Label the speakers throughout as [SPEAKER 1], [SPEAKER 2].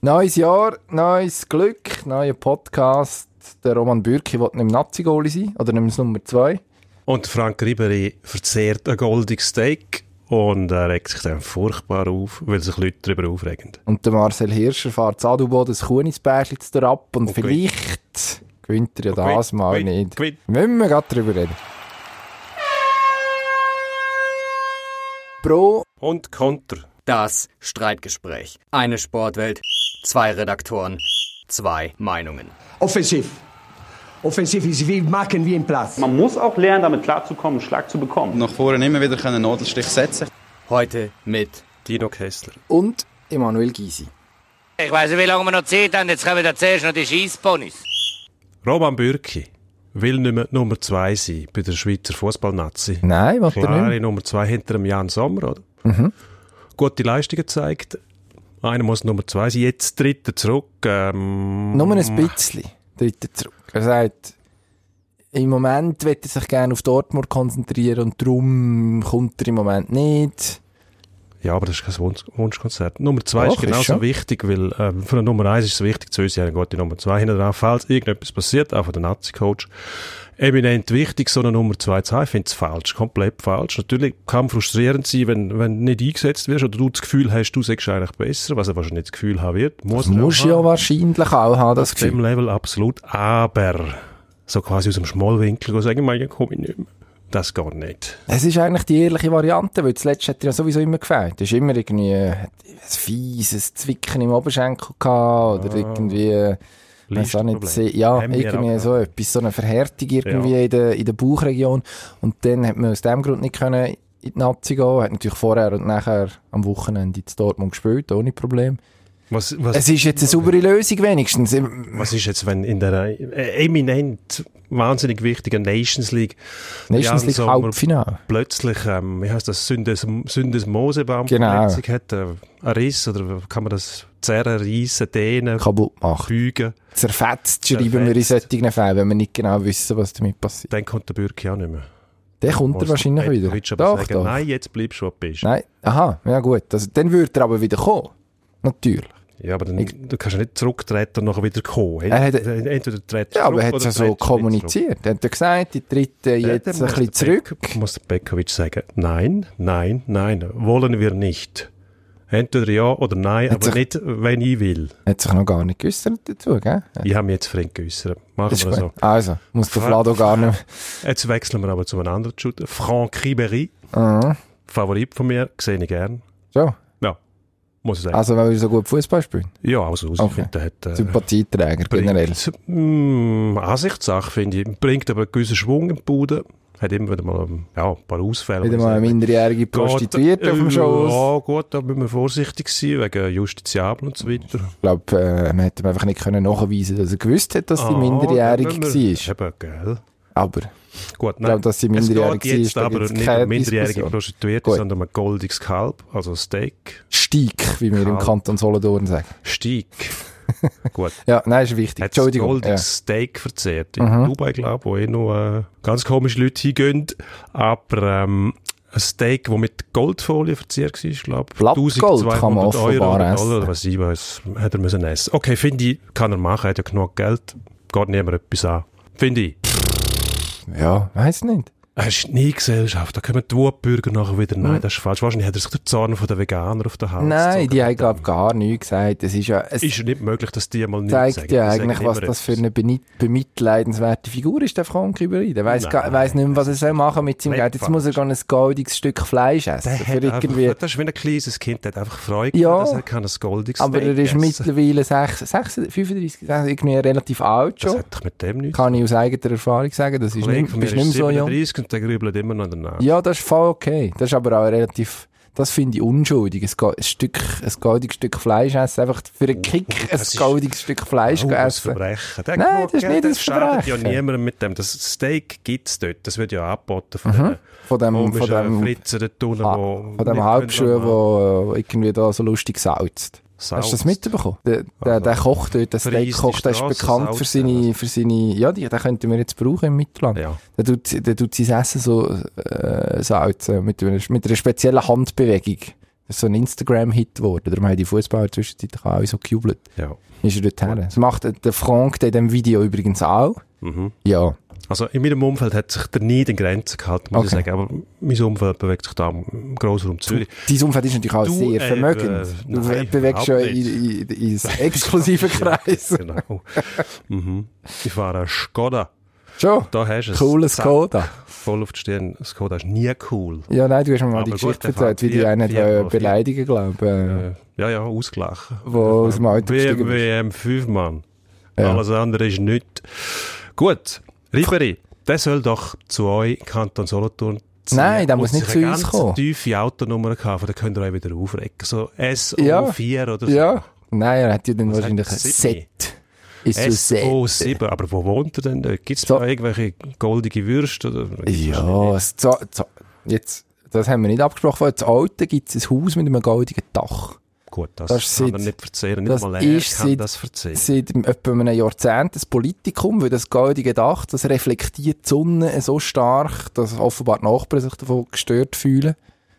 [SPEAKER 1] Neues Jahr, neues Glück, neuer Podcast. Der Roman Bürki will nicht im Nazi-Goli sein, oder nicht Nummer 2.
[SPEAKER 2] Und Frank Ribery verzehrt ein goldiges Steak und er regt sich dann furchtbar auf, weil sich Leute darüber aufregen.
[SPEAKER 1] Und der Marcel Hirscher fährt zu Adubo das Kuhnisbärchen zu ab und,
[SPEAKER 2] Und
[SPEAKER 1] vielleicht gewinnt er ja das
[SPEAKER 2] Oh, gewinnt,
[SPEAKER 1] mal
[SPEAKER 2] gewinnt,
[SPEAKER 1] nicht.
[SPEAKER 2] gewinnt.
[SPEAKER 1] Müssen wir gerade drüber reden. Pro
[SPEAKER 2] Und Konter.
[SPEAKER 3] Das Streitgespräch. Eine Sportwelt, zwei Redaktoren, zwei Meinungen.
[SPEAKER 4] Offensiv. Offensiv ist wie machen wie im Platz.
[SPEAKER 5] Man muss auch lernen, damit klarzukommen, einen Schlag zu bekommen.
[SPEAKER 6] nach vorne immer wieder einen Nadelstich setzen
[SPEAKER 3] Heute mit
[SPEAKER 2] Dino Kessler.
[SPEAKER 1] und Emanuel Gysi.
[SPEAKER 7] Ich weiß nicht, wie lange wir noch Zeit haben. Jetzt kommen da zuerst noch die Scheissponys.
[SPEAKER 2] Roman Bürki will nicht mehr Nummer 2 sein bei der Schweizer Fußballnazi.
[SPEAKER 1] Nein, was er nicht. Mhm.
[SPEAKER 2] Klare Nummer 2 hinter dem Jan Sommer, oder? Gute Leistungen gezeigt. Einer muss Nummer 2 sein. Jetzt tritt er zurück. Ähm,
[SPEAKER 1] Nur ein bisschen tritt er zurück. Er sagt, im Moment wird er sich gerne auf Dortmund konzentrieren und darum kommt er im Moment nicht.
[SPEAKER 2] Ja, aber das ist kein Wunsch Wunschkonzert. Nummer zwei
[SPEAKER 1] Doch,
[SPEAKER 2] ist
[SPEAKER 1] ist
[SPEAKER 2] genauso
[SPEAKER 1] schon.
[SPEAKER 2] wichtig, weil ähm, für eine Nummer eins ist es wichtig, zu uns haben eine gute Nummer zwei hinten dran. Falls irgendetwas passiert, auch von der Nazi-Coach, eminent wichtig, so eine Nummer zwei zu haben. Ich finde es falsch, komplett falsch. Natürlich kann frustrierend sein, wenn, wenn du nicht eingesetzt wirst oder du das Gefühl hast, du sagst eigentlich besser, was er wahrscheinlich nicht das Gefühl haben wird. Muss
[SPEAKER 1] Das
[SPEAKER 2] er
[SPEAKER 1] musst
[SPEAKER 2] auch
[SPEAKER 1] du ja
[SPEAKER 2] haben.
[SPEAKER 1] wahrscheinlich auch haben, das
[SPEAKER 2] Auf dem
[SPEAKER 1] Gefühl.
[SPEAKER 2] Level absolut, aber so quasi aus dem Schmollwinkel gehen, sagen, meine, komm ich nicht mehr. Das geht nicht.
[SPEAKER 1] Es ist eigentlich die ehrliche Variante, weil zuletzt hat er ja sowieso immer gefällt. Er ist immer irgendwie äh, hat ein fieses Zwicken im Oberschenkel gehabt oder irgendwie, äh, weiss auch nicht,
[SPEAKER 2] Leistungsproblem.
[SPEAKER 1] se- ja,
[SPEAKER 2] Haben wir
[SPEAKER 1] irgendwie
[SPEAKER 2] auch
[SPEAKER 1] so etwas, so eine Verhärtung irgendwie in, der, in der Bauchregion. Und dann hat man aus dem Grund nicht können in die Nazi gehen. Hat natürlich vorher und nachher am Wochenende in Dortmund gespielt, ohne Problem.
[SPEAKER 2] Was, was
[SPEAKER 1] Es ist jetzt eine saubere Lösung wenigstens.
[SPEAKER 2] Was ist jetzt, wenn in der äh, eminent wahnsinnig wichtigen Nations League
[SPEAKER 1] Nations
[SPEAKER 2] Jan
[SPEAKER 1] League
[SPEAKER 2] Sommer
[SPEAKER 1] Halbfinale.
[SPEAKER 2] plötzlich, ähm, wie heißt das, Sündes, Sündes Mosebaum
[SPEAKER 1] Genau.
[SPEAKER 2] Verletzung hat, äh, ein Riss oder kann man das zerren, reissen, dehnen,
[SPEAKER 1] Kaputt machen.
[SPEAKER 2] beugen,
[SPEAKER 1] Zerfetzt schreiben wir in
[SPEAKER 2] Zerfetzt.
[SPEAKER 1] solchen Fällen, wenn wir nicht genau wissen, was damit passiert.
[SPEAKER 2] dann kommt der Bürki auch nicht mehr.
[SPEAKER 1] Der kommt er wahrscheinlich wieder.
[SPEAKER 2] Doch,
[SPEAKER 1] Doch,
[SPEAKER 2] aber sagen,
[SPEAKER 1] doch.
[SPEAKER 2] Nein, jetzt bleibst du, wo du bist.
[SPEAKER 1] Nein, aha, ja gut. Also, dann würde er aber wieder kommen. Natürlich.
[SPEAKER 2] Ja, aber dann, du kannst ja nicht zurücktreten und nachher wieder kommen.
[SPEAKER 1] Er hat-
[SPEAKER 2] Entweder, entweder trittst du
[SPEAKER 1] Ja, aber er hat es
[SPEAKER 2] zurück oder
[SPEAKER 1] ja
[SPEAKER 2] trittst du
[SPEAKER 1] so
[SPEAKER 2] nicht zurück.
[SPEAKER 1] kommuniziert. Er hat ja gesagt, die dritte jetzt
[SPEAKER 2] dann
[SPEAKER 1] ein
[SPEAKER 2] muss
[SPEAKER 1] bisschen
[SPEAKER 2] der Beck-
[SPEAKER 1] zurück.
[SPEAKER 2] Muss der Bekovic sagen, nein, nein, nein, wollen wir nicht. Entweder ja oder nein,
[SPEAKER 1] Hat
[SPEAKER 2] aber
[SPEAKER 1] sich-
[SPEAKER 2] nicht, wenn ich will.
[SPEAKER 1] Er hat sich noch gar nicht geäussert dazu, gell? Ja,
[SPEAKER 2] Ich habe mich jetzt fremd geäussert. Machen
[SPEAKER 1] ist
[SPEAKER 2] wir
[SPEAKER 1] gut.
[SPEAKER 2] so.
[SPEAKER 1] Also, muss der
[SPEAKER 2] Fra-
[SPEAKER 1] Flado gar nicht.
[SPEAKER 2] Jetzt wechseln wir aber zu einem anderen Shooter. Franck Ribéry,
[SPEAKER 1] Mhm.
[SPEAKER 2] Favorit von mir, sehe ich gern.
[SPEAKER 1] So.
[SPEAKER 2] Ja, muss ich sagen.
[SPEAKER 1] Also, weil wir so gut Fußball spielen.
[SPEAKER 2] ja, also, ich
[SPEAKER 1] Okay.
[SPEAKER 2] finde, der hat... Äh,
[SPEAKER 1] Sympathieträger generell.
[SPEAKER 2] Bringt, mm, Ansichtssache, finde ich. Bringt aber einen gewissen Schwung im Boden. Hat immer wieder mal ähm, ja, ein paar Ausfälle.
[SPEAKER 1] Wieder
[SPEAKER 2] muss ich
[SPEAKER 1] mal eine
[SPEAKER 2] sagen.
[SPEAKER 1] minderjährige Prostituierte auf dem Schoß.
[SPEAKER 2] äh, Ja, gut, da müssen wir vorsichtig sein, wegen Justiziabel und so weiter.
[SPEAKER 1] Ich glaube, äh, man hätte ihm einfach nicht können nachweisen dass er gewusst hat, dass sie
[SPEAKER 2] Ah,
[SPEAKER 1] minderjährig war.
[SPEAKER 2] war. Eben, gell.
[SPEAKER 1] Aber
[SPEAKER 2] Gut,
[SPEAKER 1] glaube, dass sie minderjährig
[SPEAKER 2] es geht jetzt
[SPEAKER 1] war, da
[SPEAKER 2] aber
[SPEAKER 1] gibt's
[SPEAKER 2] nicht
[SPEAKER 1] keine
[SPEAKER 2] um minderjährige
[SPEAKER 1] Diskussion.
[SPEAKER 2] Prostituierte,
[SPEAKER 1] Gut.
[SPEAKER 2] sondern um ein goldiges Kalb, also ein Steak,
[SPEAKER 1] Steig, wie wir im
[SPEAKER 2] Kalt.
[SPEAKER 1] Kanton Solothurn sagen.
[SPEAKER 2] Steak. gut,
[SPEAKER 1] Ja, nein, ist wichtig.
[SPEAKER 2] hat ein
[SPEAKER 1] Entschuldigung. Ja. Mhm.
[SPEAKER 2] goldiges Steak verzehrt. In Dubai, glaube ich, wo eh noch äh, ganz komische Leute hingehen, aber... Ähm, ein Steak, das mit Goldfolie verziert war, glaube ich.
[SPEAKER 1] Blattgold kann man
[SPEAKER 2] Euro
[SPEAKER 1] offenbar
[SPEAKER 2] oder
[SPEAKER 1] essen.
[SPEAKER 2] Dollar, oder was ich weiß, hat er müssen essen. Okay, finde ich, kann er machen, hat ja genug Geld, geht niemand etwas an. Finde ich.
[SPEAKER 1] Ja, weiß nicht.
[SPEAKER 2] Er ist nie Gesellschaft. Da kommen die Wutbürger nachher wieder. Nein, das ist falsch. Wahrscheinlich hat er sich den Zorn von den Veganer auf den Hals
[SPEAKER 1] Mhm. Nein, die
[SPEAKER 2] gezogen.
[SPEAKER 1] haben, glaube gar nichts gesagt. Es ist ja, es
[SPEAKER 2] Ist ja nicht möglich, dass die mal nichts sagen.
[SPEAKER 1] zeigt ja
[SPEAKER 2] Die sagen
[SPEAKER 1] eigentlich, was
[SPEAKER 2] immer
[SPEAKER 1] das für
[SPEAKER 2] etwas.
[SPEAKER 1] eine beni- bemitleidenswerte Figur ist, der Frank Ribery. Der weiss, gar,
[SPEAKER 2] Nein.
[SPEAKER 1] weiss nicht mehr, was er soll machen mit seinem
[SPEAKER 2] Komplett
[SPEAKER 1] Geld. Jetzt muss er gar ein goldiges Stück Fleisch essen.
[SPEAKER 2] Der
[SPEAKER 1] Für
[SPEAKER 2] hat einfach,
[SPEAKER 1] irgendwie.
[SPEAKER 2] das ist wie ein kleines Kind, der hat einfach Freude,
[SPEAKER 1] Ja,
[SPEAKER 2] gehabt, dass er kann ein goldiges
[SPEAKER 1] Aber er
[SPEAKER 2] Steak
[SPEAKER 1] ist
[SPEAKER 2] essen.
[SPEAKER 1] mittlerweile 6, 6, 35, irgendwie relativ alt
[SPEAKER 2] Das
[SPEAKER 1] schon.
[SPEAKER 2] hat doch mit dem nichts.
[SPEAKER 1] Kann ich aus eigener Erfahrung sagen. Das ist
[SPEAKER 2] Kollege
[SPEAKER 1] nicht,
[SPEAKER 2] von mir
[SPEAKER 1] bist
[SPEAKER 2] ist
[SPEAKER 1] nicht mehr so jung.
[SPEAKER 2] 37 und der grübelt immer noch danach.
[SPEAKER 1] Ja, das ist voll okay. Das ist aber auch relativ, das finde ich unschuldig. Ein, Go- ein Stück, ein goldiges Stück Fleisch essen, einfach für einen Kick ein
[SPEAKER 2] Oh, das ist-
[SPEAKER 1] goldiges Stück Fleisch
[SPEAKER 2] Oh, ein
[SPEAKER 1] essen.
[SPEAKER 2] Verbrechen. Der
[SPEAKER 1] Nein,
[SPEAKER 2] Knochen,
[SPEAKER 1] das ist nicht
[SPEAKER 2] der
[SPEAKER 1] ein
[SPEAKER 2] schadet ja
[SPEAKER 1] Verbrechen.
[SPEAKER 2] niemandem mit dem. Das Steak gibt es dort. Das wird ja angeboten von mhm.
[SPEAKER 1] Von
[SPEAKER 2] den
[SPEAKER 1] dem, von
[SPEAKER 2] komischen
[SPEAKER 1] dem,
[SPEAKER 2] Fritzen dort unten,
[SPEAKER 1] Ah,
[SPEAKER 2] wo
[SPEAKER 1] von dem
[SPEAKER 2] nicht
[SPEAKER 1] Halbschuh,
[SPEAKER 2] können lassen.
[SPEAKER 1] der irgendwie da so lustig salzt. Hast du das
[SPEAKER 2] Salz.
[SPEAKER 1] mitbekommen? Der, der, der Koch dort, der
[SPEAKER 2] Verreist die
[SPEAKER 1] Steakkoch, der ist
[SPEAKER 2] Also, Strasse,
[SPEAKER 1] bekannt für
[SPEAKER 2] salzt
[SPEAKER 1] seine,
[SPEAKER 2] er.
[SPEAKER 1] für seine, ja, die- den könnten wir jetzt brauchen im Mittelland.
[SPEAKER 2] Ja.
[SPEAKER 1] Der tut, der tut sein Essen so, äh, salzen, mit, einer- mit einer speziellen Handbewegung. Das ist so ein Instagram-Hit geworden. Darum haben die Fußballer zwischenzeitlich auch alle so gejubelt.
[SPEAKER 2] Ja.
[SPEAKER 1] Ist er dort her. Das macht äh, der Frank in diesem Video übrigens auch.
[SPEAKER 2] Mhm.
[SPEAKER 1] Ja.
[SPEAKER 2] Also in meinem Umfeld hat sich der nie den Grenzen gehalten, muss
[SPEAKER 1] Okay.
[SPEAKER 2] ich sagen. Aber mein Umfeld bewegt sich da im Grossraum Zürich.
[SPEAKER 1] Dein Umfeld ist natürlich auch
[SPEAKER 2] Du,
[SPEAKER 1] sehr
[SPEAKER 2] äh,
[SPEAKER 1] vermögend.
[SPEAKER 2] äh,
[SPEAKER 1] du
[SPEAKER 2] nein,
[SPEAKER 1] bewegst ja
[SPEAKER 2] überhaupt
[SPEAKER 1] in, in, in exklusive Kreis.
[SPEAKER 2] Ja, genau. mhm. Ich fahre einen Skoda.
[SPEAKER 1] Schon?
[SPEAKER 2] Da hast du es.
[SPEAKER 1] Cooles
[SPEAKER 2] Zack,
[SPEAKER 1] Coda.
[SPEAKER 2] Voll auf die Stirn. Skoda ist nie cool.
[SPEAKER 1] Ja, nein, du hast mir mal die
[SPEAKER 2] Aber gut,
[SPEAKER 1] Geschichte
[SPEAKER 2] der
[SPEAKER 1] erzählt, wie die
[SPEAKER 2] fährt
[SPEAKER 1] einen
[SPEAKER 2] vier-
[SPEAKER 1] äh,
[SPEAKER 2] viermal vier-
[SPEAKER 1] beleidigen, glaube
[SPEAKER 2] Äh, Ja, ja, ausgelachen.
[SPEAKER 1] ich, äh, wo aus dem Auto gestiegen ist.
[SPEAKER 2] WM5, Mann.
[SPEAKER 1] Ja.
[SPEAKER 2] Alles andere ist nichts. Gut, Ribery, der soll doch zu euch in Kanton Solothurn ziehen
[SPEAKER 1] Nein, der
[SPEAKER 2] und
[SPEAKER 1] muss nicht
[SPEAKER 2] sich
[SPEAKER 1] zu
[SPEAKER 2] eine
[SPEAKER 1] uns
[SPEAKER 2] ganz
[SPEAKER 1] kommen.
[SPEAKER 2] tiefe Autonummer haben, von der könnt ihr euch wieder aufregen. So
[SPEAKER 1] Ja.
[SPEAKER 2] SO4 oder so.
[SPEAKER 1] Ja. Nein, er hat ja dann
[SPEAKER 2] Was
[SPEAKER 1] wahrscheinlich ein
[SPEAKER 2] hat
[SPEAKER 1] Set.
[SPEAKER 2] Sydney?
[SPEAKER 1] Ist so ein Set.
[SPEAKER 2] SO7, aber wo wohnt er denn dort? Gibt es
[SPEAKER 1] So.
[SPEAKER 2] da irgendwelche goldige Würste? Oder?
[SPEAKER 1] Ja, es- so, so, jetzt, das haben wir nicht abgesprochen. vorher. Zu Alten gibt es ein Haus mit einem goldigen Dach.
[SPEAKER 2] Gut, das,
[SPEAKER 1] das ist
[SPEAKER 2] kann er
[SPEAKER 1] seit-
[SPEAKER 2] nicht verzehren. Nicht
[SPEAKER 1] das
[SPEAKER 2] mal er
[SPEAKER 1] ist
[SPEAKER 2] kann
[SPEAKER 1] seit-
[SPEAKER 2] das verzehren.
[SPEAKER 1] Seit etwa einem Jahrzehnt ein Politikum, weil das goldige Dach, das reflektiert die Sonne so stark, dass offenbar die Nachbarn sich davon gestört fühlen.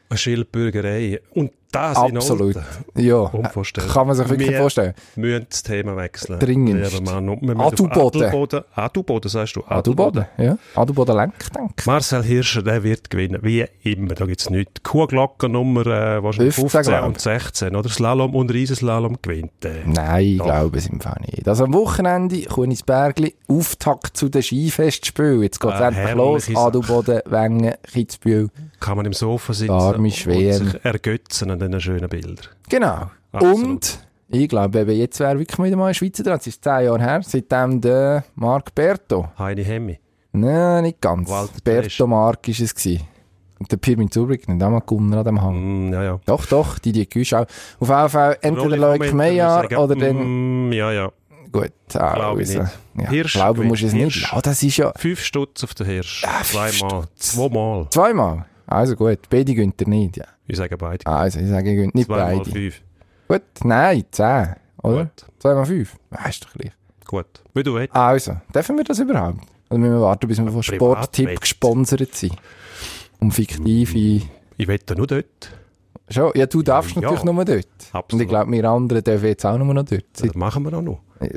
[SPEAKER 2] Eine Schildbürgerei. Und das
[SPEAKER 1] Absolut.
[SPEAKER 2] in Olten.
[SPEAKER 1] Ja,
[SPEAKER 2] Unvorstellbar.
[SPEAKER 1] kann man sich wirklich
[SPEAKER 2] Wir-
[SPEAKER 1] vorstellen.
[SPEAKER 2] müssen das Thema wechseln.
[SPEAKER 1] Dringendst.
[SPEAKER 2] Lieber Mann. Und wir müssen
[SPEAKER 1] Adelboden.
[SPEAKER 2] auf Adelboden. Adelboden, sagst du?
[SPEAKER 1] Adelboden, ja. Adelboden lenkt, denke
[SPEAKER 2] Marcel Hirscher, der wird gewinnen. Wie immer, da gibt's nichts. Kuhglocken Nummer äh, wahrscheinlich
[SPEAKER 1] 15,
[SPEAKER 2] 15
[SPEAKER 1] glaub ich.
[SPEAKER 2] und 16, oder? Slalom und Riesenslalom gewinnt. Äh.
[SPEAKER 1] Nein, ich
[SPEAKER 2] Doch.
[SPEAKER 1] glaube es im Fall nicht. Also am Wochenende, Kunisbergli, Auftakt zu den Skifestspielen. Jetzt geht es
[SPEAKER 2] Ah,
[SPEAKER 1] endlich
[SPEAKER 2] herrliche
[SPEAKER 1] los.
[SPEAKER 2] Sache.
[SPEAKER 1] Adelboden, Wengen, Kitzbühel.
[SPEAKER 2] Kann man im Sofa sitzen
[SPEAKER 1] Arme Schwäne.
[SPEAKER 2] und sich ergötzen an diesen schönen Bildern.
[SPEAKER 1] Genau.
[SPEAKER 2] Absolut.
[SPEAKER 1] Und ich glaube, eben jetzt wäre wirklich wieder mal ein Schweizer dran. Es ist zehn Jahre her, seitdem der Marc Berto.
[SPEAKER 2] Heini Hemmi.
[SPEAKER 1] Nein, nicht ganz.
[SPEAKER 2] Walter Tesch.
[SPEAKER 1] Berto Marc war es. Gewesen. Und der Pirmin Zubrick nicht einmal gewonnen an dem Hang.
[SPEAKER 2] Mm, ja, ja.
[SPEAKER 1] Doch, doch, die die Küsch auch. Auf jeden Fall entweder Leuk Meyer oder dann...
[SPEAKER 2] Mm, ja, ja.
[SPEAKER 1] Gut, ah,
[SPEAKER 2] Glaube ich
[SPEAKER 1] also,
[SPEAKER 2] nicht.
[SPEAKER 1] Ja,
[SPEAKER 2] Hirsch
[SPEAKER 1] Glauben
[SPEAKER 2] gewinnt.
[SPEAKER 1] musst du es nicht.
[SPEAKER 2] Hirsch.
[SPEAKER 1] Ja, das ist ja...
[SPEAKER 2] Fünf Stutz auf den Hirsch.
[SPEAKER 1] Ah, fünf
[SPEAKER 2] Zweimal. Zweimal.
[SPEAKER 1] Zweimal? Also gut, beide gönnt ihr nicht, ja.
[SPEAKER 2] Ich sage beide.
[SPEAKER 1] Also, ich sage, ihr gönnt nicht
[SPEAKER 2] Zweimal
[SPEAKER 1] beide.
[SPEAKER 2] fünf.
[SPEAKER 1] Gut, nein, zehn, oder?
[SPEAKER 2] Gut.
[SPEAKER 1] Zweimal fünf? Ah, ist doch gleich.
[SPEAKER 2] Gut. Wie du willst.
[SPEAKER 1] Also, dürfen wir das überhaupt? Oder müssen wir warten, bis wir von Sporttipp
[SPEAKER 2] Privatwett.
[SPEAKER 1] gesponsert sind? Um fiktive...
[SPEAKER 2] Ich wette nur dort.
[SPEAKER 1] Schon, ja, du darfst
[SPEAKER 2] Mm. Ja,
[SPEAKER 1] natürlich
[SPEAKER 2] ja.
[SPEAKER 1] nur dort. Und ich
[SPEAKER 2] Absolut.
[SPEAKER 1] glaube, wir anderen dürfen jetzt auch nur noch dort sein.
[SPEAKER 2] Das machen wir auch noch.
[SPEAKER 1] Äh,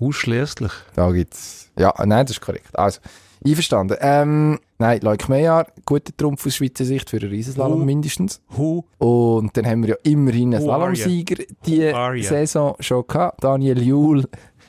[SPEAKER 2] Ausschließlich.
[SPEAKER 1] Da gibt's. Ja, nein, das ist korrekt. Also, einverstanden. Ähm, nein, Leuk Meyer, guter Trumpf aus Schweizer Sicht für einen Riesenslalom
[SPEAKER 2] Who-
[SPEAKER 1] mindestens.
[SPEAKER 2] Who
[SPEAKER 1] Und dann haben wir ja immerhin einen
[SPEAKER 2] Who are
[SPEAKER 1] Slalomsieger
[SPEAKER 2] Who are
[SPEAKER 1] die
[SPEAKER 2] you?
[SPEAKER 1] Saison schon gehabt. Daniel Juhl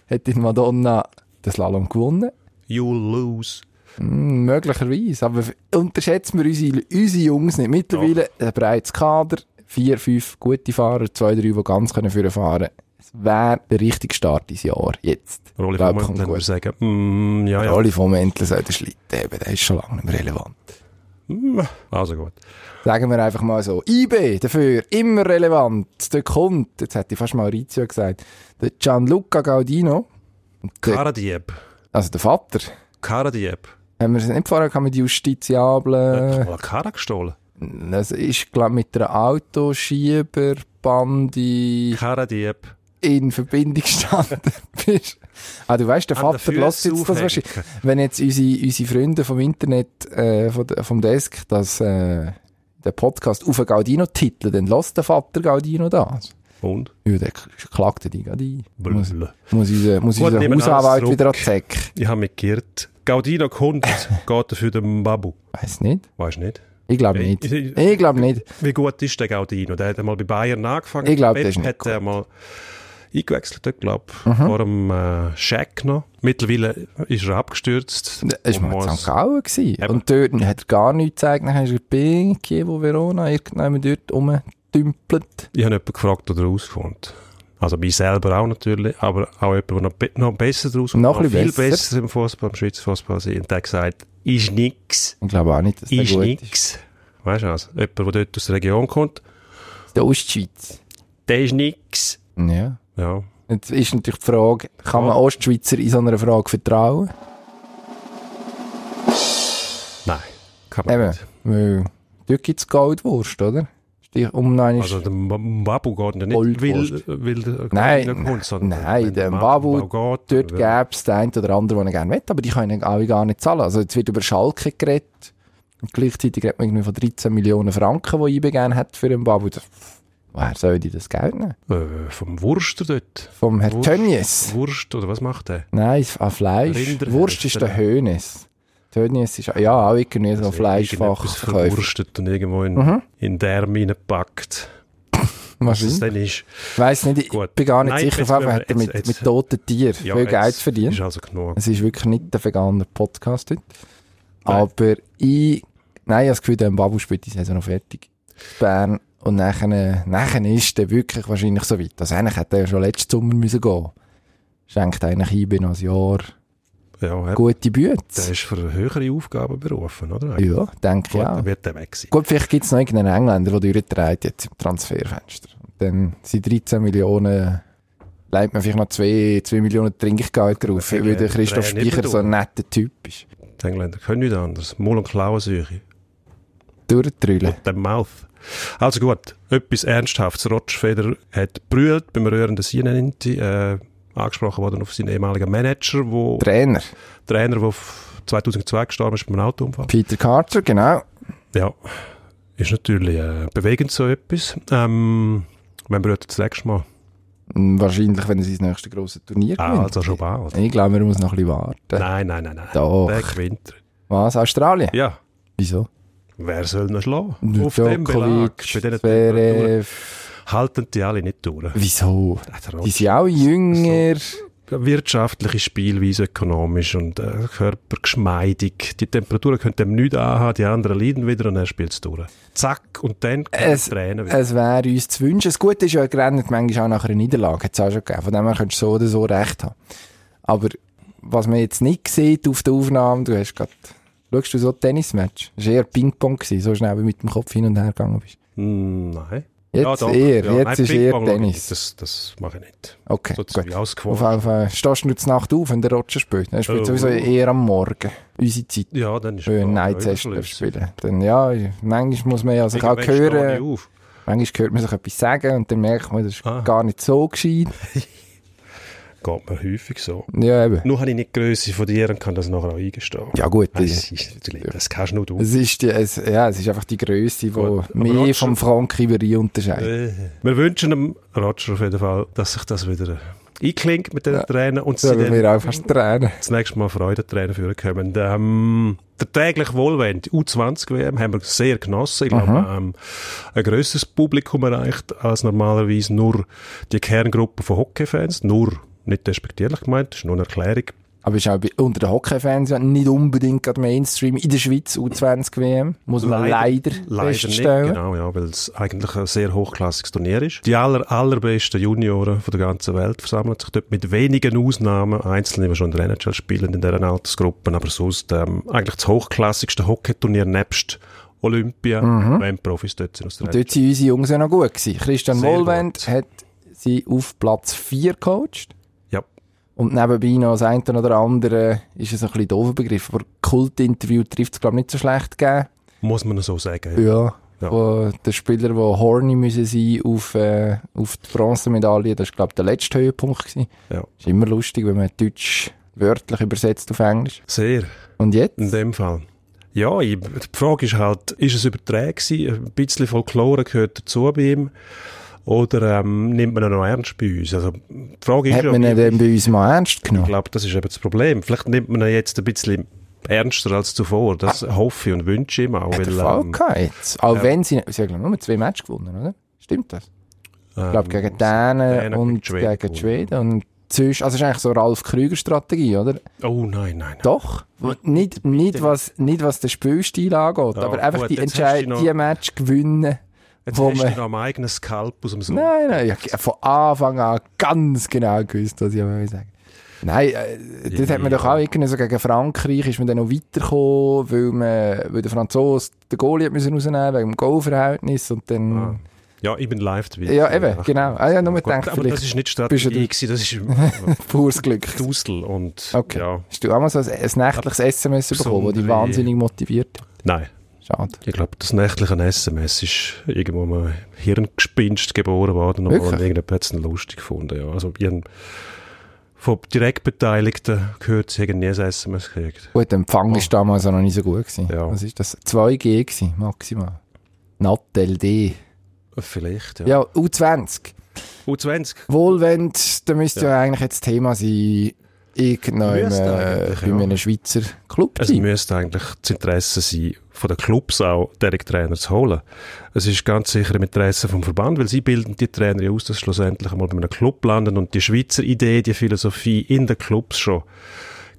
[SPEAKER 1] hat in Madonna den Slalom gewonnen.
[SPEAKER 2] you lose?
[SPEAKER 1] Hm, Möglicherweise. Aber unterschätzen wir unsere, unsere Jungs nicht. Mittlerweile ein breites Kader, vier, fünf gute Fahrer, zwei, drei, die ganz können führen fahren. Es wäre der richtige Start dieses Jahr. Jetzt.
[SPEAKER 2] Rolli
[SPEAKER 1] Glaub,
[SPEAKER 2] Vollmann
[SPEAKER 1] kommt
[SPEAKER 2] dann
[SPEAKER 1] gut.
[SPEAKER 2] würde sagen, mm, ja,
[SPEAKER 1] Ja.
[SPEAKER 2] ja.
[SPEAKER 1] Alle vom Mäntel soll den Schlitten haben, der ist schon lange nicht mehr relevant.
[SPEAKER 2] Also gut.
[SPEAKER 1] Sagen wir einfach mal so, IB dafür immer relevant, der kommt, jetzt hätte ich fast Maurizio gesagt, der Gianluca Gaudino,
[SPEAKER 2] Karadieb.
[SPEAKER 1] also der Vater,
[SPEAKER 2] Karadieb.
[SPEAKER 1] haben wir es nicht vorher gehabt mit
[SPEAKER 2] Hat
[SPEAKER 1] Justiziablen,
[SPEAKER 2] mal eine Karre gestohlen.
[SPEAKER 1] das ist glaube Also, mit einer Autoschieberbande
[SPEAKER 2] Karadieb.
[SPEAKER 1] in Verbindung gestanden bist. Ah, du weißt, der
[SPEAKER 2] An den
[SPEAKER 1] Vater lässt
[SPEAKER 2] Füssen
[SPEAKER 1] jetzt das
[SPEAKER 2] aufhängen.
[SPEAKER 1] wahrscheinlich. Wenn jetzt unsere, unsere Freunde vom Internet, äh, von der- vom Desk, das, äh, den Podcast auf den Gaudino titeln, dann lässt der Vater Gaudino das.
[SPEAKER 2] Und?
[SPEAKER 1] Ja, der k- klagt den Gaudino. Muss,
[SPEAKER 2] Blödel.
[SPEAKER 1] muss unser, muss
[SPEAKER 2] Gut,
[SPEAKER 1] unser
[SPEAKER 2] nehmen wir alles
[SPEAKER 1] Hausanwalt
[SPEAKER 2] zurück.
[SPEAKER 1] wieder an den Zeck.
[SPEAKER 2] Ich habe mich geirrt. Gaudino Kund geht dafür den Babu.
[SPEAKER 1] Weiss nicht.
[SPEAKER 2] Weißt du nicht?
[SPEAKER 1] Ich glaube
[SPEAKER 2] Ich-
[SPEAKER 1] nicht.
[SPEAKER 2] ich-
[SPEAKER 1] Ich glaube nicht.
[SPEAKER 2] Wie gut ist der Gaudino? Der hat einmal bei Bayern angefangen.
[SPEAKER 1] Ich glaub, der
[SPEAKER 2] Pep
[SPEAKER 1] ist nicht Mhm.
[SPEAKER 2] hat er mal eingewechselt, glaube ich. Vor dem äh, Scheck noch. Mittlerweile ist er abgestürzt.
[SPEAKER 1] Es
[SPEAKER 2] Und
[SPEAKER 1] war mal in
[SPEAKER 2] muss-
[SPEAKER 1] St. Gallen. Gewesen.
[SPEAKER 2] Eben.
[SPEAKER 1] Und dort hat er gar nichts gezeigt. Dann ist er bei Kievo Verona irgendjemand dort rumgetümpelt.
[SPEAKER 2] Ich habe jemanden gefragt, der rauskommt. Also mich selber auch natürlich, aber auch jemand, der noch, be noch besser draus
[SPEAKER 1] Noch ein
[SPEAKER 2] viel
[SPEAKER 1] bisschen
[SPEAKER 2] besser.
[SPEAKER 1] besser.
[SPEAKER 2] im Fußball, im Schweizer Fußball sein. Und der hat gesagt, ist nix,
[SPEAKER 1] Ich glaube auch nicht, dass der
[SPEAKER 2] ist
[SPEAKER 1] gut ist.
[SPEAKER 2] nix. Weißt du also, jemand, der dort aus der Region kommt,
[SPEAKER 1] Der Ostschweiz.
[SPEAKER 2] der ist nix.
[SPEAKER 1] Ja.
[SPEAKER 2] Ja,
[SPEAKER 1] Jetzt ist natürlich die Frage, kann man
[SPEAKER 2] Ja.
[SPEAKER 1] Ostschweizer in so einer Frage vertrauen?
[SPEAKER 2] nein, kann man
[SPEAKER 1] Eben,
[SPEAKER 2] nicht.
[SPEAKER 1] weil dort gibt es Goldwurst, oder? Stich- Um noch einmal-
[SPEAKER 2] Also der M- Babu geht ja nicht,
[SPEAKER 1] Goldwurst.
[SPEAKER 2] weil, weil der
[SPEAKER 1] Nein,
[SPEAKER 2] kommt, sondern
[SPEAKER 1] nein,
[SPEAKER 2] wenn
[SPEAKER 1] der
[SPEAKER 2] Babu
[SPEAKER 1] Babu, dort
[SPEAKER 2] geht, ja.
[SPEAKER 1] gäbe es den einen oder anderen, der ihn gerne will, aber die können alle gar nicht zahlen. Also jetzt wird über Schalke geredet und gleichzeitig redet man irgendwie von 13 Millionen Franken, die IB gerne hat für den Babu. Das Woher soll die das Geld nehmen?
[SPEAKER 2] Äh, vom Wurster dort.
[SPEAKER 1] Vom Herr
[SPEAKER 2] Wurst-
[SPEAKER 1] Tönnies?
[SPEAKER 2] Wurst, oder was macht der?
[SPEAKER 1] Nein, an Fleisch.
[SPEAKER 2] Rinder-
[SPEAKER 1] Wurst ist der Hönes. Tönnies ist ja auch irgendwie so ein
[SPEAKER 2] Also, Irgendetwas
[SPEAKER 1] Fleischfachverkäufer.
[SPEAKER 2] verwurstet und irgendwo in,
[SPEAKER 1] Mhm.
[SPEAKER 2] in Därme reingepackt. Was das
[SPEAKER 1] Wahrscheinlich.
[SPEAKER 2] dann ist.
[SPEAKER 1] Ich weiss nicht, ich
[SPEAKER 2] Gut.
[SPEAKER 1] bin gar nicht
[SPEAKER 2] Nein,
[SPEAKER 1] sicher,
[SPEAKER 2] jetzt
[SPEAKER 1] auf jeden Fall
[SPEAKER 2] müssen wir-
[SPEAKER 1] hat er mit,
[SPEAKER 2] jetzt-
[SPEAKER 1] mit
[SPEAKER 2] jetzt-
[SPEAKER 1] toten Tieren viel
[SPEAKER 2] jetzt
[SPEAKER 1] Geld verdient.
[SPEAKER 2] Ist also genug.
[SPEAKER 1] Es ist wirklich nicht der vegane Podcast heute. Aber ich, nein, ich habe das Gefühl, der Babu spielt die Saison noch fertig. Bern. Und nachher, nachher ist der wirklich wahrscheinlich so weit. Also eigentlich hätte er schon letzten Sommer müssen gehen Schenkt eigentlich ein, bin als Jahr
[SPEAKER 2] Ja, gut.
[SPEAKER 1] gute
[SPEAKER 2] Der
[SPEAKER 1] Bütze.
[SPEAKER 2] ist für höhere Aufgaben berufen, oder? Eigentlich?
[SPEAKER 1] Ja, denke ich
[SPEAKER 2] Gut,
[SPEAKER 1] auch.
[SPEAKER 2] dann wird der weg sein.
[SPEAKER 1] Gut, vielleicht gibt es noch irgendeinen Engländer, der durchdreht jetzt im Transferfenster. Und dann sind 13 Millionen, leitet man vielleicht noch 2, 2 Millionen Trinkgeld drauf,
[SPEAKER 2] Ja,
[SPEAKER 1] weil der Christoph
[SPEAKER 2] drehen nicht
[SPEAKER 1] Speicher
[SPEAKER 2] mehr
[SPEAKER 1] so ein netter Typ ist.
[SPEAKER 2] Die Engländer können nicht anders. Maul- und Klauensäure.
[SPEAKER 1] Durchtrüllen.
[SPEAKER 2] Der Mouth. Also gut, etwas Ernsthaftes. Rotschfeder hat brüllt beim rührenden Sienenti, äh, angesprochen worden auf seinen ehemaligen Manager, wo,
[SPEAKER 1] Trainer.
[SPEAKER 2] Trainer, der 2002 gestorben ist beim Autounfall.
[SPEAKER 1] Peter Carter, genau.
[SPEAKER 2] Ja, ist natürlich äh, bewegend so etwas. Ähm, wenn wir heute das nächste Mal.
[SPEAKER 1] Hm, Wahrscheinlich, wenn er sein nächstes grosses Turnier
[SPEAKER 2] Ah,
[SPEAKER 1] gewinnt.
[SPEAKER 2] also schon bald.
[SPEAKER 1] Ich glaube, er muss noch ein bisschen warten.
[SPEAKER 2] Nein, nein, nein, nein.
[SPEAKER 1] Doch.
[SPEAKER 2] Der gewinnt. er.
[SPEAKER 1] Was? Australien?
[SPEAKER 2] Ja,
[SPEAKER 1] Wieso?
[SPEAKER 2] wer soll noch schlagen? Auf dem
[SPEAKER 1] Djokovic,
[SPEAKER 2] Belag. Bei diesen Temperaturen
[SPEAKER 1] Zverev.
[SPEAKER 2] halten die alle nicht durch.
[SPEAKER 1] Wieso?
[SPEAKER 2] Der
[SPEAKER 1] Die
[SPEAKER 2] Rotsch-
[SPEAKER 1] sind auch jünger.
[SPEAKER 2] Wirtschaftliche Spielweise, ökonomisch und äh, körpergeschmeidig. Die Temperaturen können dem nichts anhaben, die anderen leiden wieder und er spielt es durch. Zack, und dann können
[SPEAKER 1] Es,
[SPEAKER 2] die Tränen wieder.
[SPEAKER 1] es wäre uns zu wünschen. Das Gute ist ja, er rennt manchmal auch nach einer Niederlage. Hat es auch schon gegeben. Von dem her könntest du so oder so recht haben. Aber was man jetzt nicht sieht auf der Aufnahme, du hast gerade... Schaust du so Tennismatch? Das war eher Ping-Pong, gewesen, so schnell wie du mit dem Kopf hin und her gegangen bist.
[SPEAKER 2] Hm, nein.
[SPEAKER 1] Jetzt
[SPEAKER 2] doch.
[SPEAKER 1] eher, jetzt
[SPEAKER 2] nein,
[SPEAKER 1] ist eher
[SPEAKER 2] Ping-Pong schaue ich
[SPEAKER 1] Tennis.
[SPEAKER 2] nicht. Das, das mache ich nicht.
[SPEAKER 1] Okay,
[SPEAKER 2] So
[SPEAKER 1] gut.
[SPEAKER 2] ziemlich ausgewogen.
[SPEAKER 1] Auf jeden Fall stehst du jetzt Nacht auf, wenn der Roger spielt. ne? Er spielt
[SPEAKER 2] Oh.
[SPEAKER 1] sowieso eher am Morgen. Unsere Zeit.
[SPEAKER 2] Ja, dann ist
[SPEAKER 1] Schön,
[SPEAKER 2] klar,
[SPEAKER 1] Äh, nein,
[SPEAKER 2] ja,
[SPEAKER 1] zuerst
[SPEAKER 2] überschlüssig.
[SPEAKER 1] spielen. Dann, ja, manchmal muss man ja sich auch
[SPEAKER 2] Irgendwann stehe ich
[SPEAKER 1] hören.
[SPEAKER 2] auf.
[SPEAKER 1] Manchmal hört man sich etwas sagen und dann merkt man, das ist
[SPEAKER 2] Ah.
[SPEAKER 1] gar nicht so gescheit.
[SPEAKER 2] Geht mir häufig so.
[SPEAKER 1] Ja, eben.
[SPEAKER 2] Nur habe ich nicht die Größe von dir und kann das nachher auch eingestehen.
[SPEAKER 1] Ja, gut.
[SPEAKER 2] Das,
[SPEAKER 1] Es
[SPEAKER 2] ist natürlich, das kannst nur du.
[SPEAKER 1] ist, die, es, ja, es ist einfach die Größe,
[SPEAKER 2] Gut,
[SPEAKER 1] die
[SPEAKER 2] aber
[SPEAKER 1] mehr
[SPEAKER 2] Roger-
[SPEAKER 1] vom Frank Ribery unterscheidet.
[SPEAKER 2] Äh. Wir wünschen dem Roger auf jeden Fall, dass sich das wieder einklingt mit den Tränen und
[SPEAKER 1] Da
[SPEAKER 2] sie
[SPEAKER 1] haben
[SPEAKER 2] dann
[SPEAKER 1] wir auch fast Tränen.
[SPEAKER 2] das nächste Mal Freudentränen führen können. Ähm, der tägliche Wohlwend, U20-WM, haben wir sehr genossen. Ich glaube, ähm, ein grösseres Publikum erreicht als normalerweise nur die Kerngruppe von Hockeyfans. Nur, nicht despektierlich gemeint, das ist nur eine Erklärung.
[SPEAKER 1] Aber ist auch bei, unter den Hockey-Fans ja nicht unbedingt gerade Mainstream. In der Schweiz U20 WM muss man leider,
[SPEAKER 2] nicht,
[SPEAKER 1] feststellen.
[SPEAKER 2] genau, ja, weil es eigentlich ein sehr hochklassiges Turnier ist. Die aller, allerbesten Junioren von der ganzen Welt versammeln sich dort mit wenigen Ausnahmen. Einzelne, die schon in der NHL spielen, in deren Altersgruppen, aber sonst ähm, eigentlich das hochklassigste Hockeyturnier nebst Olympia, wenn Profis dort sind aus der
[SPEAKER 1] Mhm. Dort waren unsere Jungs ja noch gut. Gewesen. Christian
[SPEAKER 2] Sehr
[SPEAKER 1] Wohlwend
[SPEAKER 2] gut.
[SPEAKER 1] hat sie auf Platz 4 gecoacht.
[SPEAKER 2] Ja.
[SPEAKER 1] Und nebenbei noch das eine oder andere, ist es ein bisschen doofer Begriff, aber Kultinterview trifft es, glaube ich, nicht so schlecht gegeben.
[SPEAKER 2] Muss man so sagen.
[SPEAKER 1] Ja.
[SPEAKER 2] Ja.
[SPEAKER 1] Wo der Spieler, der horny müssen sein auf, äh, auf die Bronzemedaille, das war, glaube ich, der letzte Höhepunkt. Gewesen.
[SPEAKER 2] Ja.
[SPEAKER 1] Ist immer lustig, wenn man Deutsch wörtlich übersetzt auf Englisch.
[SPEAKER 2] Sehr.
[SPEAKER 1] Und jetzt?
[SPEAKER 2] In dem Fall. Ja, ich, die Frage ist halt, ist es übertragen gewesen? Ein bisschen Folklore gehört dazu bei ihm. Oder ähm, nimmt man ihn noch ernst bei uns? Also, die Frage
[SPEAKER 1] Hat
[SPEAKER 2] ist ja,
[SPEAKER 1] man
[SPEAKER 2] wie-
[SPEAKER 1] ihn dann bei uns mal ernst
[SPEAKER 2] ich
[SPEAKER 1] genommen?
[SPEAKER 2] glaube, das ist eben das Problem. Vielleicht nimmt man ihn jetzt ein bisschen ernster als zuvor. Das hoffe ich und wünsche ich ihm auch.
[SPEAKER 1] Ah. Hat er
[SPEAKER 2] weil,
[SPEAKER 1] Fall
[SPEAKER 2] ähm,
[SPEAKER 1] gehabt jetzt. Auch wenn sie, sie haben glaub ich, nur zwei Matches gewonnen, oder? Stimmt das? Ich glaube,
[SPEAKER 2] ähm,
[SPEAKER 1] gegen Dänen
[SPEAKER 2] Dänen
[SPEAKER 1] und
[SPEAKER 2] gegen Schweden
[SPEAKER 1] gegen die Schweden. Und sonst, also es ist eigentlich so Ralf Krüger-Strategie, oder?
[SPEAKER 2] Oh nein, nein. nein.
[SPEAKER 1] Doch. Nicht, nicht, was, nicht was den Spielstil angeht,
[SPEAKER 2] Ja,
[SPEAKER 1] aber einfach
[SPEAKER 2] gut,
[SPEAKER 1] die
[SPEAKER 2] jetzt hast du
[SPEAKER 1] Entscheidung,
[SPEAKER 2] noch-
[SPEAKER 1] die Match gewinnen.
[SPEAKER 2] Jetzt
[SPEAKER 1] wo
[SPEAKER 2] hast
[SPEAKER 1] man-
[SPEAKER 2] du noch am eigenen Skalp aus dem Sumpf.
[SPEAKER 1] Nein, nein, ich habe von Anfang an ganz genau gewusst, was ich am Ende sagen wollte. Nein, äh, das hat man
[SPEAKER 2] Ja.
[SPEAKER 1] doch auch irgendwie so gegen Frankreich, ist man dann noch weitergekommen, weil, man, weil der Franzose den Goalie hat müssen rausnehmen wegen dem Goalverhältnis und dann...
[SPEAKER 2] Ah. Ja, ich bin live dabei.
[SPEAKER 1] Ja, eben, genau. Ah, ja, nur
[SPEAKER 2] Gut,
[SPEAKER 1] gedacht,
[SPEAKER 2] aber das
[SPEAKER 1] vielleicht
[SPEAKER 2] ist nicht
[SPEAKER 1] bist du
[SPEAKER 2] Strategie, gewesen, das ist
[SPEAKER 1] pures Glück.
[SPEAKER 2] Dusel und
[SPEAKER 1] Okay.
[SPEAKER 2] ja.
[SPEAKER 1] Hast du auch mal so ein, ein nächtliches SMS bekommen, das dich
[SPEAKER 2] Besondere-
[SPEAKER 1] wahnsinnig motiviert? hat?
[SPEAKER 2] Nein,
[SPEAKER 1] Schade.
[SPEAKER 2] ich glaube, das nächtliche SMS ist irgendwo mal Hirngespinst geboren worden und
[SPEAKER 1] Wirklich?
[SPEAKER 2] irgendjemand hat es dann lustig gefunden. Ja. Also ich hab von direkt Beteiligten gehört, sie hätten nie ein SMS gekriegt.
[SPEAKER 1] Gut, der Empfang
[SPEAKER 2] Oh.
[SPEAKER 1] war damals auch noch nicht so gut. Gewesen.
[SPEAKER 2] Ja.
[SPEAKER 1] Was ist das? 2G gewesen, maximal. Natel D.
[SPEAKER 2] Äh, Vielleicht, ja.
[SPEAKER 1] Ja, U20.
[SPEAKER 2] U20.
[SPEAKER 1] Wohlwend, da müsste ja. eigentlich jetzt Thema sein, irgendein
[SPEAKER 2] Müsste
[SPEAKER 1] äh,
[SPEAKER 2] eigentlich,
[SPEAKER 1] bei
[SPEAKER 2] ja. Also
[SPEAKER 1] einem Schweizer Club
[SPEAKER 2] Es müsste eigentlich das Interesse sein, von den Clubs auch derige Trainer zu holen. Es ist ganz sicher im Interesse vom Verband, weil sie bilden die Trainer ja aus, dass sie schlussendlich einmal bei einem Club landen und die Schweizer Idee, die Philosophie in den Clubs schon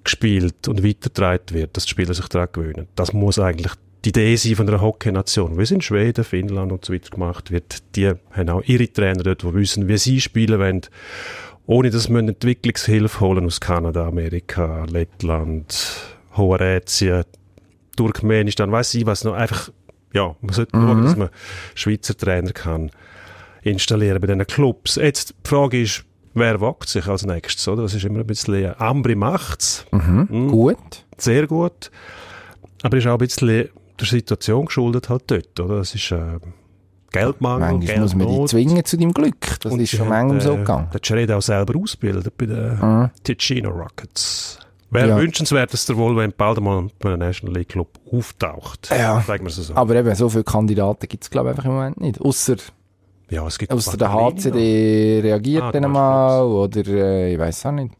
[SPEAKER 2] gespielt und weitergetragen wird, dass die Spieler sich daran gewöhnen. Das muss eigentlich die Idee sein von einer Hockey-Nation, wie es in Schweden, Finnland und so weiter gemacht wird. Die haben auch ihre Trainer dort, die wissen, wie sie spielen wollen, ohne dass man Entwicklungshilfe holen aus Kanada, Amerika, Lettland, Hoherätien, Turkmenistan, weiß ich was noch. Einfach, ja, man sollte
[SPEAKER 1] Mhm.
[SPEAKER 2] schauen, dass man Schweizer Trainer kann installieren bei diesen Clubs. Jetzt, die Frage ist, wer wagt sich als nächstes, oder? Das ist immer ein bisschen leer. Ambri macht's,
[SPEAKER 1] Gut.
[SPEAKER 2] sehr gut, aber ist auch ein bisschen der Situation geschuldet halt dort, oder? Das ist, äh, Geldmangel,
[SPEAKER 1] Manchmal muss man die
[SPEAKER 2] Geldnot.
[SPEAKER 1] zwingen zu deinem Glück. Das ist
[SPEAKER 2] sie
[SPEAKER 1] schon
[SPEAKER 2] haben,
[SPEAKER 1] manchmal so
[SPEAKER 2] äh,
[SPEAKER 1] gegangen. Ah.
[SPEAKER 2] Der Jared auch selber ausbildet bei den Ticino Rockets. Wäre
[SPEAKER 1] Ja.
[SPEAKER 2] wünschenswert, dass der Wolverine bald mal bei einem National League Club auftaucht.
[SPEAKER 1] Ja.
[SPEAKER 2] Sagen wir es so.
[SPEAKER 1] Aber eben, so viele Kandidaten gibt es, glaube ich, einfach im Moment nicht. Ausser,
[SPEAKER 2] ja, es gibt
[SPEAKER 1] ausser also der
[SPEAKER 2] Bagnini
[SPEAKER 1] HCD reagiert
[SPEAKER 2] Ah, du
[SPEAKER 1] dann
[SPEAKER 2] meinst
[SPEAKER 1] mal, oder äh, ich weiß auch nicht.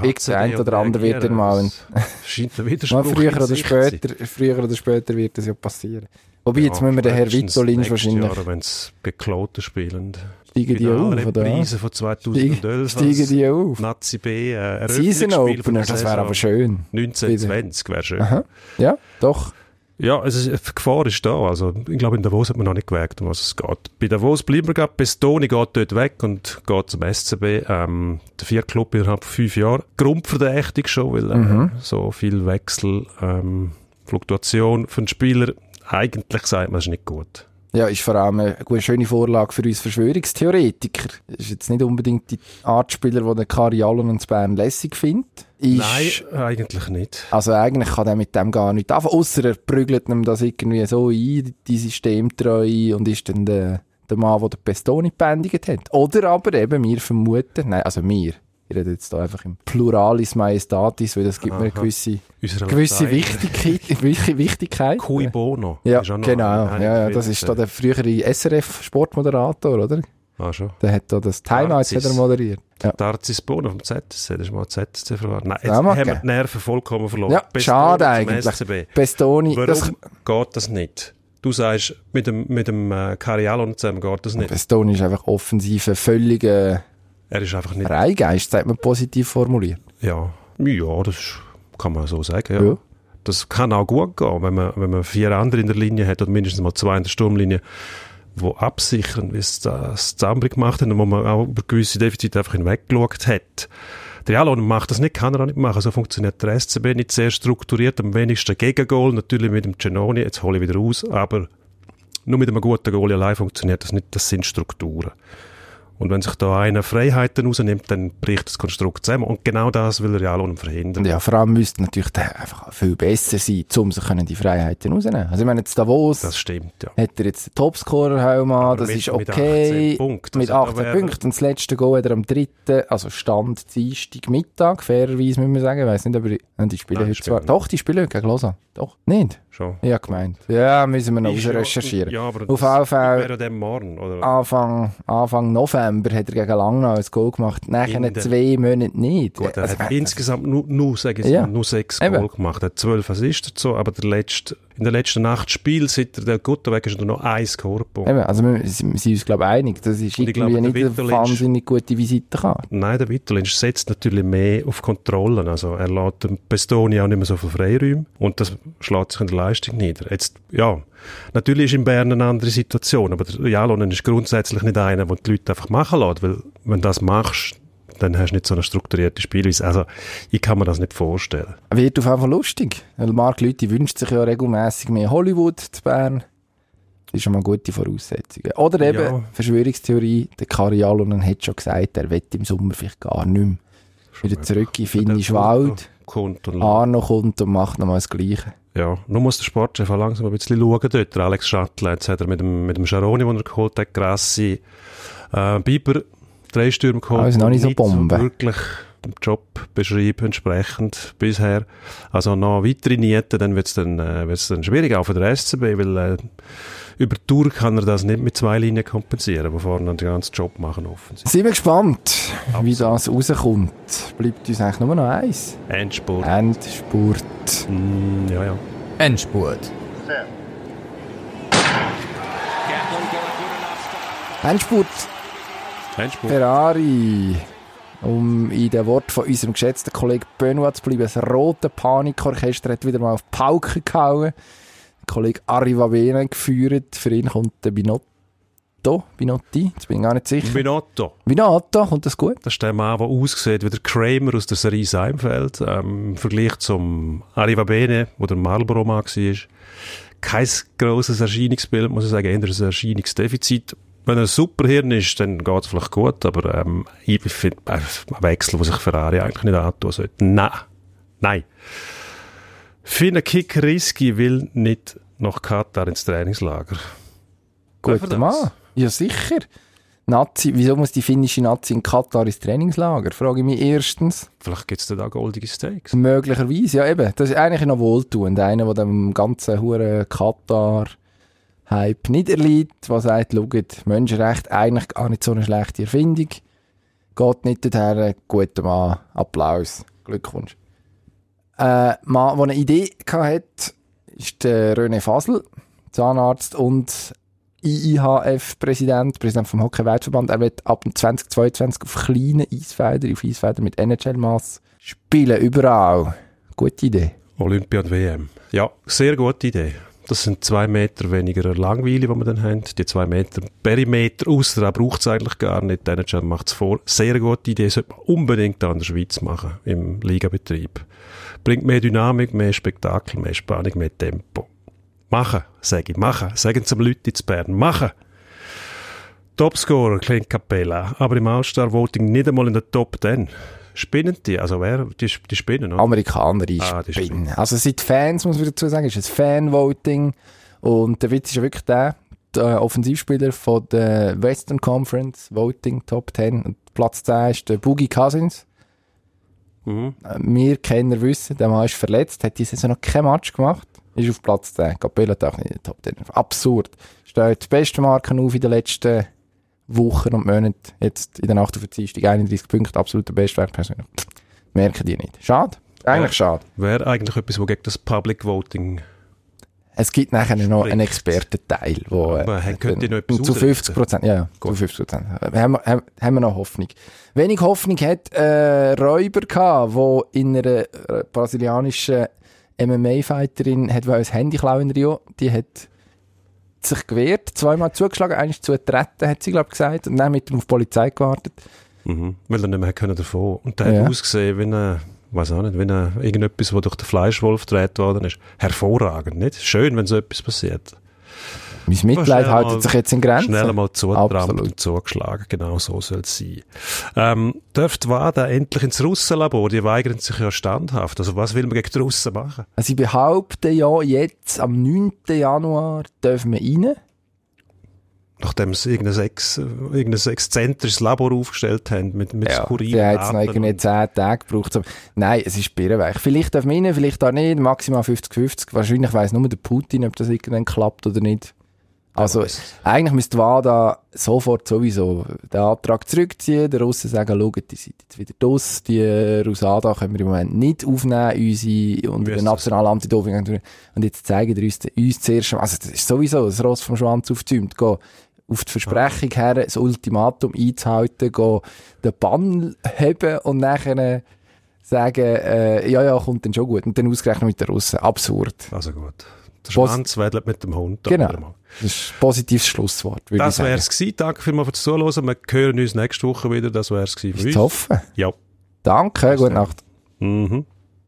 [SPEAKER 2] noch.
[SPEAKER 1] X, der eine oder andere wird dann mal ein-
[SPEAKER 2] Das Scheint ein
[SPEAKER 1] Mal
[SPEAKER 2] Widerspruch.
[SPEAKER 1] früher
[SPEAKER 2] in
[SPEAKER 1] oder,
[SPEAKER 2] sich zu sein.
[SPEAKER 1] später, früher oder später wird das ja passieren. Wobei, jetzt
[SPEAKER 2] Ja,
[SPEAKER 1] müssen wir den Herr
[SPEAKER 2] spätestens
[SPEAKER 1] Vitolin
[SPEAKER 2] nächstes
[SPEAKER 1] wahrscheinlich,
[SPEAKER 2] Jahr, wenn es Bekloten spielen.
[SPEAKER 1] steigen die
[SPEAKER 2] Genau,
[SPEAKER 1] auf, oder?
[SPEAKER 2] Reprise von
[SPEAKER 1] Steigen
[SPEAKER 2] 2011.
[SPEAKER 1] steigen die auf.
[SPEAKER 2] Nazi B, äh,
[SPEAKER 1] Season
[SPEAKER 2] Eröffnungsspiel von der
[SPEAKER 1] Opener, das wäre
[SPEAKER 2] Saison
[SPEAKER 1] aber schön.
[SPEAKER 2] 1920 wäre schön.
[SPEAKER 1] Aha. Ja, doch.
[SPEAKER 2] Ja, es ist, die Gefahr ist da. Also, ich glaube, in Davos hat man noch nicht gewagt, um was es geht. Bei Davos bleiben wir gerade. Bestoni geht dort weg und geht zum SCB. Ähm, der vierte Club innerhalb von fünf Jahren. Grundverdächtig schon, weil
[SPEAKER 1] Mhm.
[SPEAKER 2] äh, so viel Wechsel, ähm, Fluktuation von Spieler. Eigentlich sagt man, es ist nicht gut.
[SPEAKER 1] Ja, ist vor allem eine gute, schöne Vorlage für uns Verschwörungstheoretiker. Ist jetzt nicht unbedingt die Art Spieler, die der Kari Allen und Bern lässig findet. Ist-
[SPEAKER 2] Nein, eigentlich nicht.
[SPEAKER 1] Also eigentlich kann er mit dem gar nicht anfangen, außer er prügelt ihm das irgendwie so ein, die Systemtreue, und ist dann der, der Mann, der den Pestoni gebändigt hat. Oder aber eben, wir vermuten, nein, also wir, ich rede jetzt da einfach im Pluralis Majestatis, weil das gibt mir eine
[SPEAKER 2] Aha.
[SPEAKER 1] gewisse,
[SPEAKER 2] Unsere
[SPEAKER 1] gewisse
[SPEAKER 2] Latein-
[SPEAKER 1] Wichtigkeit. Wichtig- Wichtigkeit.
[SPEAKER 2] Cui bono.
[SPEAKER 1] Ja,
[SPEAKER 2] Ist auch noch
[SPEAKER 1] genau.
[SPEAKER 2] ein- ein-
[SPEAKER 1] ja, ja, das ist da der frühere SRF-Sportmoderator, oder?
[SPEAKER 2] Ah, schon.
[SPEAKER 1] Der hat da das Timeout
[SPEAKER 2] Franzis.
[SPEAKER 1] hat er moderiert. Ja.
[SPEAKER 2] Darzis Bono vom ZSC, das ist mal ZSC verloren. Nein, jetzt
[SPEAKER 1] Ja, mag
[SPEAKER 2] haben wir
[SPEAKER 1] geben.
[SPEAKER 2] die Nerven vollkommen verloren.
[SPEAKER 1] Ja,
[SPEAKER 2] Bestoni
[SPEAKER 1] schade
[SPEAKER 2] Oh, zum
[SPEAKER 1] eigentlich.
[SPEAKER 2] SCB.
[SPEAKER 1] Pestoni,
[SPEAKER 2] Warum
[SPEAKER 1] das,
[SPEAKER 2] geht das nicht? Du sagst, mit dem, mit dem äh, Carialon zusammen geht das nicht.
[SPEAKER 1] Pestoni ist einfach offensiv ein völliger
[SPEAKER 2] Er ist einfach nicht,
[SPEAKER 1] Freigeist, sagt man positiv formuliert.
[SPEAKER 2] ja. Ja, das ist- kann man so sagen, ja.
[SPEAKER 1] Ja.
[SPEAKER 2] Das kann auch gut gehen, wenn man, wenn man vier andere in der Linie hat oder mindestens mal zwei in der Sturmlinie, wo absichern, wie es das Zambri gemacht hat und wo man auch über gewisse Defizite einfach hinweggeschaut hat. Der Jalon macht das nicht, kann er auch nicht machen. So funktioniert der SCB nicht sehr strukturiert, am wenigsten Gegengol, natürlich mit dem Genoni, jetzt hole ich wieder raus, aber nur mit einem guten Goal allein funktioniert das nicht. Das sind Strukturen. Und wenn sich da einer Freiheiten rausnimmt, dann bricht das Konstrukt zusammen. Und genau das will der Jalon verhindern.
[SPEAKER 1] Und ja, vor allem müsste natürlich der einfach viel besser sein, um sich können die Freiheiten rausnehmen. Also ich meine, jetzt Davos
[SPEAKER 2] Das stimmt, ja.
[SPEAKER 1] hat er jetzt den Topscorer-Helm an, das
[SPEAKER 2] mit-
[SPEAKER 1] ist
[SPEAKER 2] mit
[SPEAKER 1] okay.
[SPEAKER 2] 18 Punkten.
[SPEAKER 1] Mit
[SPEAKER 2] Also da
[SPEAKER 1] 18
[SPEAKER 2] wär-
[SPEAKER 1] Punkten. Und das letzte Goal hat er am dritten, also Stand Dienstag Mittag, fairerweise müssen wir sagen. Ich weiss nicht, aber die spielen
[SPEAKER 2] Nein,
[SPEAKER 1] heute
[SPEAKER 2] spielen
[SPEAKER 1] zwar.
[SPEAKER 2] nicht.
[SPEAKER 1] Doch, die spielen heute gegen Lausanne. Doch, nicht?
[SPEAKER 2] Schon.
[SPEAKER 1] Ja, gemeint. Ja, müssen wir noch
[SPEAKER 2] Ist ja-
[SPEAKER 1] recherchieren.
[SPEAKER 2] Ja, aber
[SPEAKER 1] Auf
[SPEAKER 2] das
[SPEAKER 1] jeden Fall, Ah,
[SPEAKER 2] Wäre dem morgen, oder?
[SPEAKER 1] Anfang, Anfang November hat er gegen Langnau ein Goal gemacht. Nachher
[SPEAKER 2] In der-
[SPEAKER 1] zwei Monate nicht.
[SPEAKER 2] Gut, er
[SPEAKER 1] Also,
[SPEAKER 2] hat insgesamt nur, nur, sag ich,
[SPEAKER 1] Ja.
[SPEAKER 2] nur sechs
[SPEAKER 1] Eben.
[SPEAKER 2] Goal gemacht. Er hat zwölf Assists dazu, aber der letzte, in der letzten Nacht Spiel, seit er der Gutter weg ist, hat er noch ein Scorepunkt.
[SPEAKER 1] Eben, also wir wir sind uns, glaube ich, einig. Das ist
[SPEAKER 2] Und
[SPEAKER 1] irgendwie
[SPEAKER 2] ich glaube, der
[SPEAKER 1] nicht eine
[SPEAKER 2] Witterl ist-
[SPEAKER 1] wahnsinnig gute Visitenkarte.
[SPEAKER 2] Nein, der Wittelinsch setzt natürlich mehr auf Kontrollen. Also er lässt dem Pestoni auch nicht mehr so viel Freiräume und das schlägt sich in der Leistung nieder. Jetzt, ja, natürlich ist in Bern eine andere Situation, aber der Jalonen ist grundsätzlich nicht einer, der die Leute einfach machen lässt, weil wenn du das machst, dann hast du nicht so eine strukturierte Spielweise. Also ich kann mir das nicht vorstellen.
[SPEAKER 1] Wird auf jeden Fall lustig. Weil Mark Leute wünscht sich ja regelmäßig mehr Hollywood zu Bern. Das ist schon mal eine gute Voraussetzung. Oder eben,
[SPEAKER 2] Ja.
[SPEAKER 1] Verschwörungstheorie, der Kari Jalonen hat schon gesagt, er wird im Sommer vielleicht gar nicht mehr. Wieder zurück in Finnisch Wald. Ah,
[SPEAKER 2] Kommt und
[SPEAKER 1] Arno kommt und macht nochmal das Gleiche.
[SPEAKER 2] Ja, nur muss der Sportchef auch langsam ein bisschen schauen dort. Der Alex Schattler, jetzt hat er mit dem, mit dem Scharoni, den er geholt hat, Grassi, äh, Biber, drei Stürme geholt.
[SPEAKER 1] Ah, ist noch nicht so
[SPEAKER 2] die
[SPEAKER 1] Bombe.
[SPEAKER 2] wirklich dem Job beschreiben, entsprechend bisher. Also noch weitere Nieten, dann wird es dann, äh, wird's dann schwierig, auch für den SCB, weil äh, über die Tour kann er das nicht mit zwei Linien kompensieren, die vorne den ganzen Job machen offensiv.
[SPEAKER 1] Sind wir gespannt, wie das rauskommt. Bleibt uns eigentlich nur noch eins.
[SPEAKER 2] Endspurt.
[SPEAKER 1] Endspurt.
[SPEAKER 2] Mm, ja, ja.
[SPEAKER 3] Endspurt.
[SPEAKER 1] Endspurt
[SPEAKER 2] Endspurt.
[SPEAKER 1] Ferrari. Um in den Worten von unserem geschätzten Kollegen Benoit zu bleiben, das rote Panikorchester hat wieder mal auf die Pauke gehauen. Der Kollege Arrivavena geführt. Für ihn kommt der Binotto. Binotti? Jetzt bin ich gar nicht sicher.
[SPEAKER 2] Binotto.
[SPEAKER 1] Binotto, kommt das gut?
[SPEAKER 2] Das ist der Mann, der aussieht wie der Kramer aus der Serie Seinfeld. Ähm, Im Vergleich zum Arriva Bene, wo der Marlboro-Mann war. Kein grosses Erscheinungsbild, muss ich sagen, eher ein Erscheinungsdefizit. Wenn er ein Superhirn ist, dann geht es vielleicht gut, aber ähm, ich finde, äh, ein Wechsel, den sich Ferrari eigentlich nicht antun sollte. Nein. Nein. Finde Kick Risky will nicht nach Katar ins Trainingslager. Darf
[SPEAKER 1] Guter
[SPEAKER 2] er das?
[SPEAKER 1] Mann. Ja, sicher. Nazi, wieso muss die finnische Nazi in Katar ins Trainingslager? Frage ich mich erstens.
[SPEAKER 2] Vielleicht gibt es da auch goldige Steaks.
[SPEAKER 1] Möglicherweise, ja eben. Das ist eigentlich noch wohltuend. Einer, der dem ganzen huren Katar-Hype nicht erleidet, der sagt, schaut, Menschenrecht eigentlich gar nicht so eine schlechte Erfindung. Geht nicht dorthin, guter Mann, Applaus, Glückwunsch. Äh, Mann, der eine Idee hatte, ist der René Fasel, Zahnarzt und IIHF-Präsident, Präsident vom Hockey-Weltverband. Er wird ab dem 2022 auf kleinen Eisfeldern, auf Eisfeldern mit NHL-Mass spielen, überall. Gute Idee.
[SPEAKER 2] Olympia und WM. Ja, sehr gute Idee. Das sind zwei Meter weniger Langweile, die wir dann haben. Die zwei Meter Perimeter, ausser er braucht es eigentlich gar nicht. Der NHL macht es vor. Sehr gute Idee, sollte man unbedingt an der Schweiz machen, im Ligabetrieb. Bringt mehr Dynamik, mehr Spektakel, mehr Spannung, mehr Tempo. Machen, sage ich, machen. Sagen zum Leute in Bern, machen. Topscorer, Clint Capella. Aber im All-Star-Voting nicht einmal in der Top 10. Spinnen die? Also wer? Die, die spinnen, oder?
[SPEAKER 1] Amerikaner
[SPEAKER 2] Ah, das
[SPEAKER 1] spinnen.
[SPEAKER 2] stimmt.
[SPEAKER 1] also sind die Fans, muss man dazu sagen, ist es Fanvoting. Und der Witz ist ja wirklich der, der Offensivspieler von der Western Conference Voting Top 10. Und Platz 10 ist der Boogie Cousins. Äh, Wir Kenner wissen, der Mann ist verletzt, hat diese Saison noch kein Match gemacht. Ist auf Platz 10. Capella auch nicht in der Top 10. Absurd. Stellt die besten Marken auf in den letzten Wochen und Monaten. Jetzt in der Nacht auf den Dienstag 31 Punkte, absoluter Bestwert persönlich. Merken die nicht. Schade. Eigentlich schade.
[SPEAKER 2] Wäre eigentlich etwas, wo gegen das Public Voting.
[SPEAKER 1] Es gibt nachher noch einen
[SPEAKER 2] Spricht.
[SPEAKER 1] Expertenteil, wo äh,
[SPEAKER 2] Aber er könnte noch etwas
[SPEAKER 1] zu 50 Prozent, ja, ja, zu
[SPEAKER 2] Gut.
[SPEAKER 1] 50 Prozent. Haben, wir- haben, haben wir noch Hoffnung. Wenig Hoffnung hat äh, Räuber gehabt, wo in einer äh, brasilianischen MMA-Fighterin hat wollen ein Handy klauen in Rio. Die hat sich gewehrt, zweimal zugeschlagen, eins zugetreten, hat sie glaube ich gesagt, und dann mit ihm auf die Polizei gewartet.
[SPEAKER 2] Mhm. Weil er nicht mehr können davon. Und der
[SPEAKER 1] Ja.
[SPEAKER 2] hat ausgesehen, wenn er, weiß auch nicht, wenn er irgendetwas, wo durch den Fleischwolf gedreht worden ist. Hervorragend, nicht? Schön, wenn so etwas passiert.
[SPEAKER 1] Mein Mitleid
[SPEAKER 2] schnell
[SPEAKER 1] hält
[SPEAKER 2] mal-
[SPEAKER 1] sich jetzt in Grenzen.
[SPEAKER 2] Schnell mal zutrampt
[SPEAKER 1] Absolut.
[SPEAKER 2] und zugeschlagen. Genau so soll es sein. Ähm, dürfte WADA endlich ins Russenlabor? Die weigern sich ja standhaft. Also was will man gegen die Russen machen?
[SPEAKER 1] Also ich behaupte ja, jetzt am 9. Januar dürfen wir rein.
[SPEAKER 2] Nachdem sie irgendein sechs, äh, irgendein sechszentrisches Labor aufgestellt haben mit, mit skurrilen
[SPEAKER 1] Der hat es noch
[SPEAKER 2] Daten
[SPEAKER 1] irgendwie
[SPEAKER 2] und-
[SPEAKER 1] 10 Tage gebraucht. um- Nein, es ist birrenweich. Vielleicht darf man rein, vielleicht auch nicht. Maximal 50-50. Wahrscheinlich weiss nur der Putin, ob das irgendwann klappt oder nicht. Also, eigentlich müsste WADA sofort sowieso den Antrag zurückziehen, den Russen sagen, schaut, die sind jetzt wieder draus, die äh, Rusada können wir im Moment nicht aufnehmen, unsere, und
[SPEAKER 2] Wie
[SPEAKER 1] den
[SPEAKER 2] ist das?
[SPEAKER 1] nationalen Antidoping. Und jetzt zeigen die uns, uns zuerst, also das ist sowieso das Ross vom Schwanz aufzäumt, gehen auf die Versprechung her, das Ultimatum einzuhalten, gehen den Bann heben und nachher äh, sagen, äh, ja, ja, kommt dann schon gut. Und dann ausgerechnet mit den Russen. Absurd.
[SPEAKER 2] Also gut. Der
[SPEAKER 1] Pos-
[SPEAKER 2] Schwanz wedelt mit dem Hund. da wieder
[SPEAKER 1] Genau.
[SPEAKER 2] mal.
[SPEAKER 1] Das ist ein positives Schlusswort, würde ich
[SPEAKER 2] Das
[SPEAKER 1] sagen.
[SPEAKER 2] wär's gewesen. Danke vielmals fürs Zuhören. Wir hören uns nächste Woche wieder. Das wär's gewesen. für
[SPEAKER 1] Ist
[SPEAKER 2] uns.
[SPEAKER 1] zu hoffen.
[SPEAKER 2] Ja.
[SPEAKER 1] Danke, gute Nacht.
[SPEAKER 2] Mhm.